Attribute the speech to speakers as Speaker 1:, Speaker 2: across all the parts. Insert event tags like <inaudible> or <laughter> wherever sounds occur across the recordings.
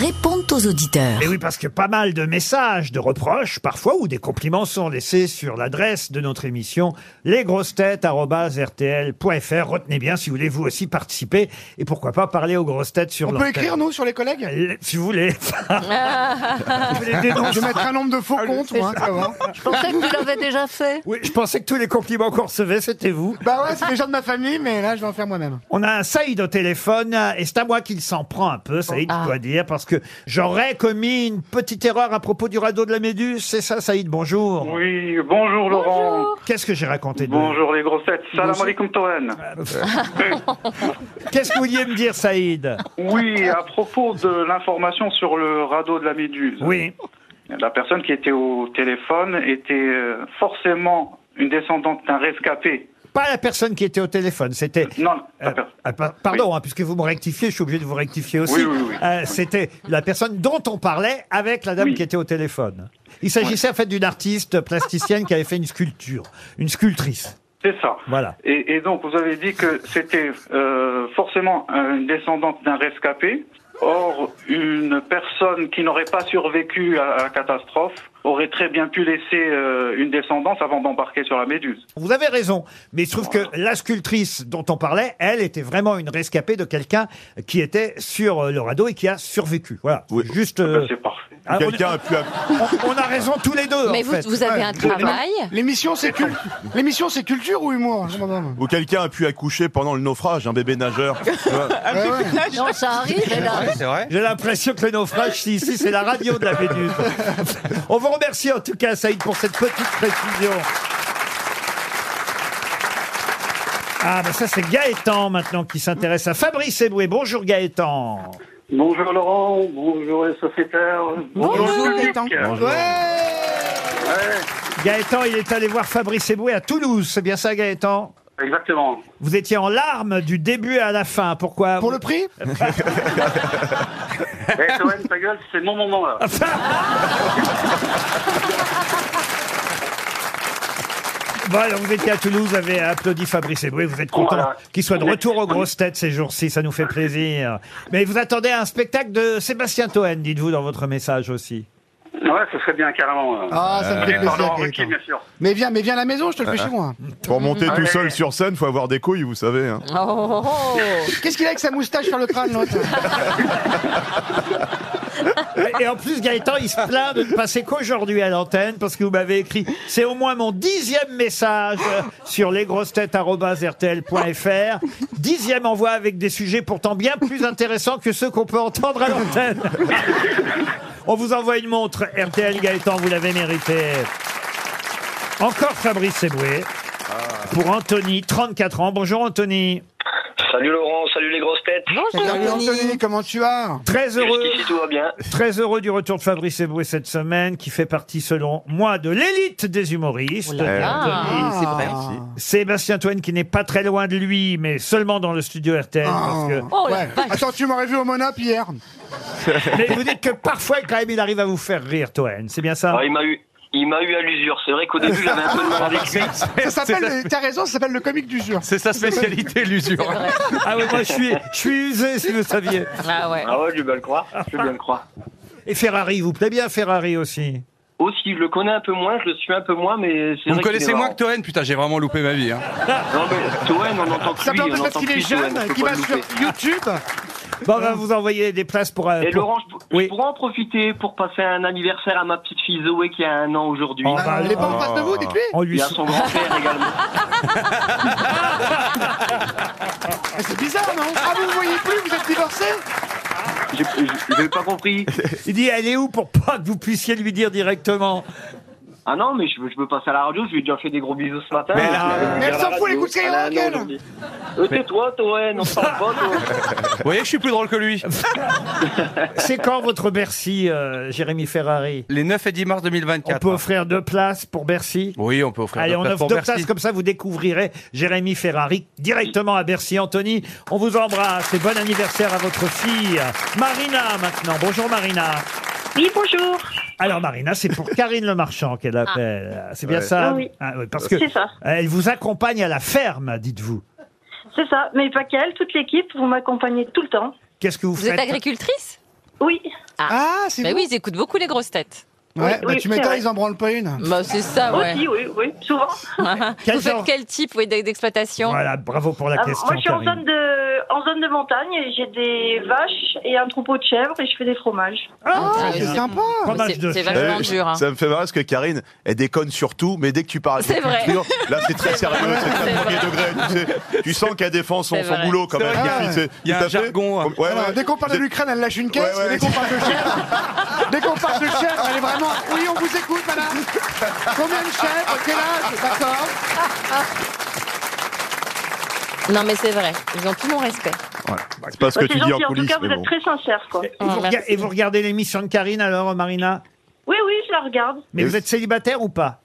Speaker 1: répondent aux auditeurs.
Speaker 2: Et oui, parce que pas mal de messages, de reproches, parfois, ou des compliments sont laissés sur l'adresse de notre émission, lesgrossetêtes.rtl.fr. Retenez bien si vous voulez vous aussi participer et pourquoi pas parler aux grosses têtes sur
Speaker 3: On peut
Speaker 2: l'antenne.
Speaker 3: écrire, nous, sur les collègues
Speaker 2: Euh, Si vous voulez. Je vais les
Speaker 3: Je
Speaker 2: dénoncer.
Speaker 3: vais mettre un nombre de faux comptes, moi, ça va.
Speaker 4: Je pensais que tu l'avais déjà fait.
Speaker 2: Oui, je pensais que tous les compliments qu'on recevait, c'était vous.
Speaker 3: Bah ouais, c'est les gens de ma famille, mais là, je vais en faire moi-même.
Speaker 2: On a un Saïd au téléphone et c'est à moi qu'il s'en prend un peu, Saïd, je dois dire, parce que j'aurais commis une petite erreur à propos du radeau de la Méduse. C'est ça, Saïd, bonjour.
Speaker 5: Oui, bonjour Laurent.
Speaker 2: Qu'est-ce que j'ai raconté de
Speaker 5: Bonjour les grossettes. Salam alaikum Toen.
Speaker 2: Euh, Qu'est-ce que vous vouliez me dire, Saïd
Speaker 5: Oui, à propos de l'information sur le radeau de la Méduse.
Speaker 2: Oui.
Speaker 5: La personne qui était au téléphone était euh, forcément une descendante d'un rescapé.
Speaker 2: Pas la personne qui était au téléphone, c'était...
Speaker 5: Non, la
Speaker 2: Euh,
Speaker 5: per-
Speaker 2: euh, par- pardon, hein, puisque vous me rectifiez, je suis obligé de vous rectifier aussi.
Speaker 5: Oui, oui, oui.
Speaker 2: Euh, c'était la personne dont on parlait avec la dame
Speaker 5: Oui.
Speaker 2: qui était au téléphone. Il s'agissait en fait d'une artiste plasticienne qui avait fait une sculpture, une sculptrice.
Speaker 5: c'est ça.
Speaker 2: Voilà.
Speaker 5: Et, et donc vous avez dit que c'était euh, forcément une descendante d'un rescapé. Or, une personne qui n'aurait pas survécu à la catastrophe aurait très bien pu laisser euh, une descendance avant d'embarquer sur la Méduse.
Speaker 2: Vous avez raison, mais il se trouve que la sculptrice dont on parlait, elle était vraiment une rescapée de quelqu'un qui était sur euh, le radeau et qui a survécu. Voilà.
Speaker 6: Oui.
Speaker 2: Juste.
Speaker 5: Ben,
Speaker 2: euh,
Speaker 5: c'est parfait.
Speaker 2: ah, on,
Speaker 6: Quelqu'un a pu. app-
Speaker 2: on- on a raison tous les deux.
Speaker 4: Mais
Speaker 2: en
Speaker 4: vous,
Speaker 2: fait.
Speaker 4: vous avez un travail.
Speaker 3: L'émission, c'est cul- l'émission, c'est culture ou humour je m'en demande.
Speaker 6: Ou quelqu'un a pu accoucher pendant le naufrage, un bébé nageur.
Speaker 3: Ouais,
Speaker 4: <laughs>
Speaker 3: ouais.
Speaker 4: Non, ça arrive, mais là.
Speaker 2: J'ai l'impression que le naufrage, si, ici, c'est la radio de la Vénus. On vous remercie en tout cas, Saïd, pour cette petite précision. Ah, ben ça, c'est Gaëtan maintenant qui s'intéresse à Fabrice Eboué. Bonjour Gaëtan.
Speaker 5: Bonjour Laurent, bonjour les sociétaires.
Speaker 3: Bonjour,
Speaker 5: public.
Speaker 3: Gaëtan.
Speaker 5: Ouais.
Speaker 3: Ouais.
Speaker 2: Gaëtan, il est allé voir Fabrice Eboué à Toulouse. C'est bien ça, Gaëtan
Speaker 5: Exactement.
Speaker 2: Vous étiez en larmes du début à la fin. Pourquoi
Speaker 3: Pour le prix
Speaker 5: Eh Toen, ta gueule, c'est mon moment
Speaker 3: Ah.
Speaker 5: là.
Speaker 2: Bon, alors, vous étiez à Toulouse, vous avez applaudi Fabrice Eboué, vous êtes content
Speaker 5: Voilà.
Speaker 2: qu'il soit de
Speaker 5: On est-
Speaker 2: retour aux grosses têtes ces jours-ci, ça nous fait plaisir. Mais vous attendez un spectacle de Sébastien Toen, dites-vous dans votre message aussi.
Speaker 5: Ouais, ce serait bien carrément. là.
Speaker 3: Ah, ça me fait plaisir,
Speaker 5: Pardon, Ruquier,
Speaker 3: Gaëtan.
Speaker 5: bien sûr.
Speaker 3: Mais viens, mais viens à la maison, je te le fais chez moi.
Speaker 6: Pour monter tout
Speaker 5: Ouais.
Speaker 6: seul sur scène, faut avoir des couilles, vous savez. hein.
Speaker 4: Oh, oh, oh.
Speaker 3: Qu'est-ce qu'il a avec sa moustache sur le crâne, l'autre
Speaker 2: Et en plus, Gaëtan, il se plaint de ne passer qu'aujourd'hui à l'antenne parce que vous m'avez écrit. C'est au moins mon dixième message euh, sur lesgrossetêtes.rtl.fr. Dixième envoi avec des sujets pourtant bien plus intéressants que ceux qu'on peut entendre à l'antenne. On vous envoie une montre. RTL Gaëtan, vous l'avez mérité. Encore Fabrice Eboué. Pour Anthony, 34 ans. Bonjour Anthony.
Speaker 7: Salut Laurent, salut les grosses têtes.
Speaker 3: Salut Anthony, comment tu vas
Speaker 2: Très heureux.
Speaker 7: Jusqu'ici tout va bien.
Speaker 2: Très heureux du retour de Fabrice Eboué cette semaine, qui fait partie, selon moi, de l'élite des humoristes. Euh,
Speaker 3: C'est vrai.
Speaker 2: Sébastien Toen, qui n'est pas très loin de lui, mais seulement dans le studio
Speaker 3: Ah.
Speaker 2: RTL. parce
Speaker 3: <laughs>
Speaker 2: que-
Speaker 4: Oh, la vache.
Speaker 3: Attends, tu m'aurais vu au Monop hier.
Speaker 2: Mais vous dites que parfois, quand même, il arrive à vous faire rire, Toen. C'est bien ça
Speaker 7: Ah, il m'a eu, il m'a eu à l'usure. C'est vrai qu'au début j'avais un peu de mal avec lui.
Speaker 3: Ça s'appelle, t'as raison, ça s'appelle le comique du jour.
Speaker 8: C'est sa spécialité, l'usure.
Speaker 2: Ah oui, moi, je suis, je suis usé, si vous saviez.
Speaker 4: Ah ouais.
Speaker 7: <laughs> Ah ouais, je vais bien le croire. Je vais bien le croire.
Speaker 2: Et Ferrari, il vous plaît bien, Ferrari aussi
Speaker 7: Aussi, je le connais un peu moins, je le suis un peu moins, mais c'est
Speaker 8: Vous me
Speaker 7: vrai qu'il est
Speaker 8: connaissez moins
Speaker 7: marrant.
Speaker 8: que Toen, putain, j'ai vraiment loupé ma vie. hein.
Speaker 7: Non mais Toen, on entend que
Speaker 3: Ça
Speaker 7: lui,
Speaker 3: peut
Speaker 7: on
Speaker 3: parce
Speaker 7: entend
Speaker 3: qu'il
Speaker 7: que
Speaker 3: est
Speaker 7: lui, Toen,
Speaker 3: jeune,
Speaker 7: je peux
Speaker 3: qui
Speaker 7: pas
Speaker 3: va
Speaker 7: le
Speaker 3: sur
Speaker 7: louper.
Speaker 3: YouTube.
Speaker 2: Bon, on va vous envoyer des places pour... euh,
Speaker 7: Et
Speaker 2: pour-
Speaker 7: Laurent, je, je
Speaker 2: Oui.
Speaker 7: pourrais en profiter pour passer un anniversaire à ma petite fille Zoé qui a un an aujourd'hui.
Speaker 2: Oh, bah,
Speaker 3: Elle Ah, est pas en face de vous, dites-lui.
Speaker 2: on
Speaker 7: Il
Speaker 2: lui
Speaker 7: y a son grand-père également.
Speaker 3: Ah, C'est bizarre, non Ah, vous ne voyez plus, vous êtes divorcé
Speaker 7: J'ai- j'ai- J'ai pas compris.
Speaker 2: Il dit, elle est où pour pas que vous puissiez lui dire directement
Speaker 7: Ah non, mais je, veux- je peux passer à la radio, je lui ai déjà fait des gros bisous ce matin.
Speaker 2: Mais
Speaker 7: Je
Speaker 2: là- euh,
Speaker 7: vais
Speaker 3: Mais elle
Speaker 7: à la
Speaker 3: s'en fout,
Speaker 7: radio.
Speaker 3: elle écoute
Speaker 7: Elle a un an
Speaker 3: Skyrock, elle.
Speaker 7: aujourd'hui. Euh, Tais-toi, Toen, on se parle pas, toi.
Speaker 8: Vous voyez, je suis plus drôle que lui.
Speaker 2: C'est quand votre Bercy, euh, Jérémy Ferrari
Speaker 8: Les 9 et 10 mars
Speaker 2: On
Speaker 8: 2024.
Speaker 2: peut offrir deux places pour Bercy
Speaker 8: Oui, on peut hein. offrir
Speaker 2: Allez,
Speaker 8: deux
Speaker 2: on
Speaker 8: places
Speaker 2: offre
Speaker 8: pour
Speaker 2: deux
Speaker 8: Bercy.
Speaker 2: places, comme ça vous découvrirez Jérémy Ferrari directement à Bercy. Anthony, on vous embrasse et bon anniversaire à votre fille. Marina maintenant. Bonjour Marina.
Speaker 9: Oui, bonjour.
Speaker 2: Alors Marina, c'est
Speaker 9: <laughs>
Speaker 2: pour Karine Le Marchand qu'elle appelle. C'est bien
Speaker 6: Ouais.
Speaker 2: ça
Speaker 9: Ah oui.
Speaker 2: Ah oui, Parce que
Speaker 9: C'est ça.
Speaker 2: elle vous accompagne à la ferme, dites-vous.
Speaker 9: C'est ça, mais pas qu'elle, toute l'équipe, vous m'accompagnez tout le temps.
Speaker 2: Qu'est-ce que vous,
Speaker 10: Vous
Speaker 2: faites
Speaker 10: êtes agricultrice
Speaker 9: Oui,
Speaker 3: Ah, c'est
Speaker 9: Bah
Speaker 10: Mais
Speaker 3: vous
Speaker 10: oui, ils écoutent beaucoup les grosses têtes.
Speaker 3: Ouais,
Speaker 9: oui,
Speaker 3: bah
Speaker 9: oui,
Speaker 3: tu
Speaker 9: c'est
Speaker 3: m'étonnes,
Speaker 9: vrai.
Speaker 3: ils en branlent pas une.
Speaker 10: Bah, c'est ça, ouais.
Speaker 9: aussi, oui, oui, souvent.
Speaker 2: Quel
Speaker 10: vous faites
Speaker 2: genre
Speaker 10: quel type oui, d'exploitation
Speaker 2: Voilà, bravo pour la
Speaker 9: Ah,
Speaker 2: question.
Speaker 9: moi, je suis en
Speaker 2: Karine.
Speaker 9: zone, de, en zone de montagne, et j'ai des vaches et un troupeau de chèvres et je fais des fromages.
Speaker 2: Oh,
Speaker 3: Ah,
Speaker 10: oui,
Speaker 3: c'est
Speaker 10: oui.
Speaker 3: sympa.
Speaker 2: Fromage
Speaker 10: C'est
Speaker 2: de
Speaker 10: c'est
Speaker 2: chèvre.
Speaker 10: vachement
Speaker 6: Eh,
Speaker 10: dur. hein.
Speaker 6: Ça me fait marrer parce que Karine, elle déconne sur tout, mais dès que tu parles de
Speaker 10: C'est vrai.
Speaker 6: culture, là c'est très
Speaker 10: C'est vrai.
Speaker 6: sérieux, c'est très
Speaker 10: C'est
Speaker 6: premier
Speaker 10: vrai.
Speaker 6: degré. Tu sais, tu sens qu'elle défend son,
Speaker 10: C'est
Speaker 6: son
Speaker 10: vrai.
Speaker 6: boulot quand
Speaker 8: C'est
Speaker 6: même.
Speaker 8: vrai.
Speaker 6: Puis c'est-
Speaker 8: Il y a
Speaker 6: tout
Speaker 8: un
Speaker 6: à fait.
Speaker 8: jargon, hein.
Speaker 6: Ouais,
Speaker 3: Alors,
Speaker 6: ouais.
Speaker 3: dès qu'on parle de l'Ukraine, elle lâche une caisse.
Speaker 6: Ouais, ouais.
Speaker 3: Dès qu'on parle de chèvre, dès qu'on parle de chèvre, elle est vraiment. Oui, on vous écoute, madame. Combien de chèvres Quel âge D'accord.
Speaker 10: Non, mais c'est vrai. Ils ont tout mon respect.
Speaker 6: C'est pas ce que
Speaker 9: Bah,
Speaker 6: tu dis
Speaker 9: c'est
Speaker 6: en
Speaker 9: gentil, en tout
Speaker 6: coulisses.
Speaker 9: cas, vous
Speaker 6: mais bon.
Speaker 9: êtes très sincère, quoi.
Speaker 2: Et vous,
Speaker 10: Ah,
Speaker 2: rega-
Speaker 10: merci.
Speaker 2: et vous regardez l'émission de Karine alors, Marina
Speaker 9: Oui, oui, je la regarde.
Speaker 2: Mais
Speaker 6: Et-
Speaker 2: vous êtes célibataire ou pas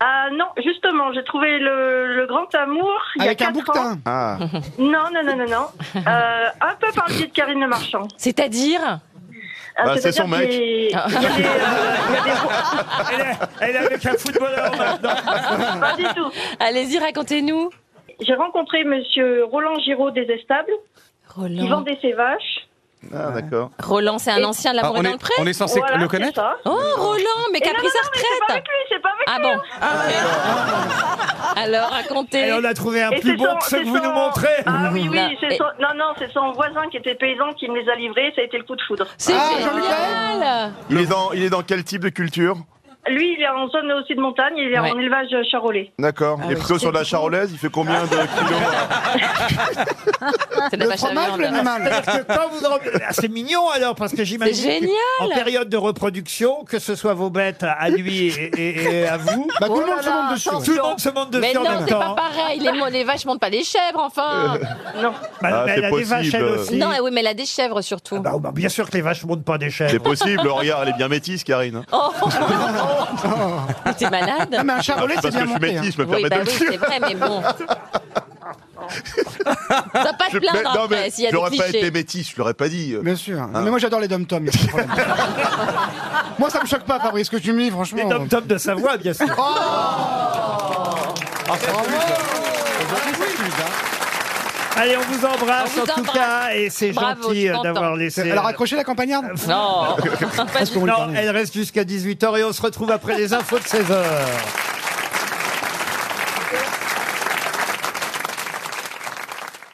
Speaker 9: Ah non, justement, j'ai trouvé le, le grand amour il y a
Speaker 3: Avec un
Speaker 9: quatre ans.
Speaker 3: bouquetin.
Speaker 6: Ah.
Speaker 9: Non, non, non, non, non.
Speaker 10: <laughs>
Speaker 9: Euh, un peu par le biais de Karine Le Marchand.
Speaker 10: C'est-à-dire
Speaker 9: Ah,
Speaker 6: Bah, c'est
Speaker 9: c'est-à-dire
Speaker 6: son mec.
Speaker 9: qu'il est- il est, euh, il y a des-
Speaker 2: elle est, elle est avec un footballeur maintenant.
Speaker 10: <laughs>
Speaker 9: euh, Pas du tout.
Speaker 10: Allez-y, racontez-nous.
Speaker 9: J'ai rencontré Monsieur Roland Giraud des Estables, qui
Speaker 10: Roland.
Speaker 9: vendait ses vaches.
Speaker 6: Ah, d'accord.
Speaker 10: Roland, c'est un ancien de
Speaker 8: Ah,
Speaker 10: l'amour
Speaker 8: on,
Speaker 10: dans
Speaker 8: est,
Speaker 10: le prêt
Speaker 8: on est censé
Speaker 9: Voilà,
Speaker 8: le
Speaker 9: c'est
Speaker 8: connaître
Speaker 9: ça.
Speaker 10: Oh, Roland, mais qui
Speaker 9: Et
Speaker 10: a
Speaker 9: non,
Speaker 10: pris
Speaker 9: non,
Speaker 10: sa
Speaker 9: non, mais c'est pas
Speaker 10: retraite
Speaker 9: avec lui, c'est pas avec
Speaker 10: Ah
Speaker 9: lui. hein. Ah,
Speaker 10: bon Alors,
Speaker 2: Et
Speaker 10: racontez.
Speaker 2: on a trouvé un
Speaker 9: Et
Speaker 2: plus
Speaker 9: c'est
Speaker 2: bon
Speaker 9: son-
Speaker 2: que ceux
Speaker 9: c'est
Speaker 2: que vous
Speaker 9: son-
Speaker 2: nous montrez.
Speaker 9: Ah oui,
Speaker 10: Non,
Speaker 9: oui, c'est
Speaker 10: et-
Speaker 9: son... non, non, c'est son voisin qui était paysan qui me les a livrés, ça a été le coup de foudre.
Speaker 10: C'est
Speaker 3: Ah,
Speaker 10: génial
Speaker 6: Il est, dans, il est dans quel type de culture
Speaker 9: Lui, il est en zone aussi de montagne, il est
Speaker 10: Ouais.
Speaker 9: en élevage charolais.
Speaker 6: D'accord.
Speaker 10: Ah
Speaker 6: il est
Speaker 10: oui.
Speaker 6: plutôt sur de la charolaise, il fait combien de kilos
Speaker 10: C'est de la
Speaker 3: Le
Speaker 9: Bah,
Speaker 10: vache à
Speaker 3: fromage,
Speaker 10: viande.
Speaker 3: le animal.
Speaker 2: Parce que quand vous en- Ah, C'est mignon alors, parce que j'imagine.
Speaker 10: C'est
Speaker 2: que
Speaker 10: génial.
Speaker 2: En période de reproduction, que ce soit vos bêtes à lui et, et- et à vous,
Speaker 3: Bah, tout
Speaker 4: Oh
Speaker 3: le
Speaker 4: là
Speaker 3: monde se
Speaker 4: là,
Speaker 3: monte dessus.
Speaker 4: attention.
Speaker 2: tout le monde se monte dessus
Speaker 10: Mais
Speaker 2: en
Speaker 10: non,
Speaker 2: même
Speaker 10: c'est
Speaker 2: temps. hein.
Speaker 10: pas pareil. Les, mo- les vaches montent pas les chèvres, enfin.
Speaker 2: Bah,
Speaker 9: Non.
Speaker 6: Ah,
Speaker 2: mais elle
Speaker 6: c'est
Speaker 2: a des vaches
Speaker 6: possible.
Speaker 2: elle aussi.
Speaker 10: non, eh oui, mais elle a des chèvres surtout.
Speaker 2: Ah bah, bah, bien sûr que les vaches montent pas des
Speaker 6: C'est
Speaker 2: chèvres.
Speaker 6: possible, regarde, elle est bien métisse, Karine. hein.
Speaker 10: Oh, Mais T'es
Speaker 3: Ah,
Speaker 10: malade
Speaker 3: mais un charolais, c'est
Speaker 6: Parce
Speaker 3: bien
Speaker 6: que je suis
Speaker 3: monté. hein.
Speaker 6: métisse, je me
Speaker 10: Oui,
Speaker 6: permets
Speaker 10: bah
Speaker 6: de
Speaker 10: oui,
Speaker 6: le
Speaker 10: c'est
Speaker 6: dire.
Speaker 10: vrai, mais bon. T'as pas te
Speaker 6: Je- mais-
Speaker 10: plaindre
Speaker 6: non, mais
Speaker 10: après s'il y a
Speaker 6: j'aurais
Speaker 10: des
Speaker 6: pas été
Speaker 10: clichés.
Speaker 6: métisse, je l'aurais pas dit. euh,
Speaker 3: Bien sûr. Non, Mais moi, j'adore les dom-toms. y a pas de problème. moi, ça me choque pas, Fabrice, ce que tu me dis,
Speaker 2: Les
Speaker 3: franchement. Oh,
Speaker 2: dom-toms de Savoie, bien sûr. Allez, on vous embrasse
Speaker 10: On vous
Speaker 2: en tout
Speaker 10: embrasse.
Speaker 2: cas, et c'est
Speaker 10: Bravo,
Speaker 2: gentil euh,
Speaker 10: je suis
Speaker 2: d'avoir
Speaker 10: contente.
Speaker 2: laissé.
Speaker 3: Elle a raccroché la campagnarde
Speaker 10: Non
Speaker 3: Parce qu'on lui
Speaker 2: Non,
Speaker 3: parlait.
Speaker 2: elle reste jusqu'à 18h et on se retrouve après les infos de 16h.